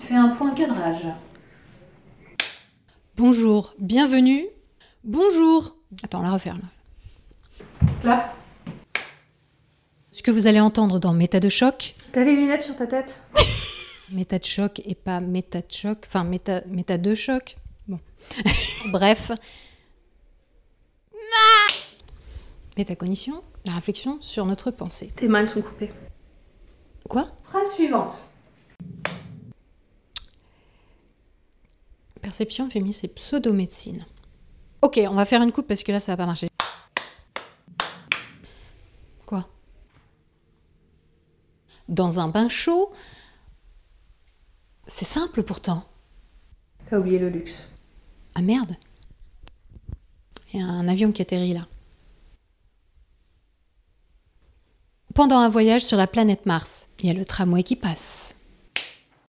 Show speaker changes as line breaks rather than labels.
fait un point cadrage.
Bonjour, bienvenue. Bonjour. Attends, on la refaire là.
Clap.
Ce que vous allez entendre dans Méta de choc,
T'as les lunettes sur ta tête
Méta de choc et pas méta de choc, enfin méta, méta de choc. Bon. Bref. Métacognition, la réflexion sur notre pensée.
Tes mains elles sont coupées.
Quoi
Phrase suivante.
Perception féministe et pseudomédecine. Ok, on va faire une coupe parce que là ça va pas marcher. Quoi Dans un bain chaud C'est simple pourtant.
T'as oublié le luxe.
Ah merde Il y a un avion qui atterrit là. Pendant un voyage sur la planète Mars, il y a le tramway qui passe.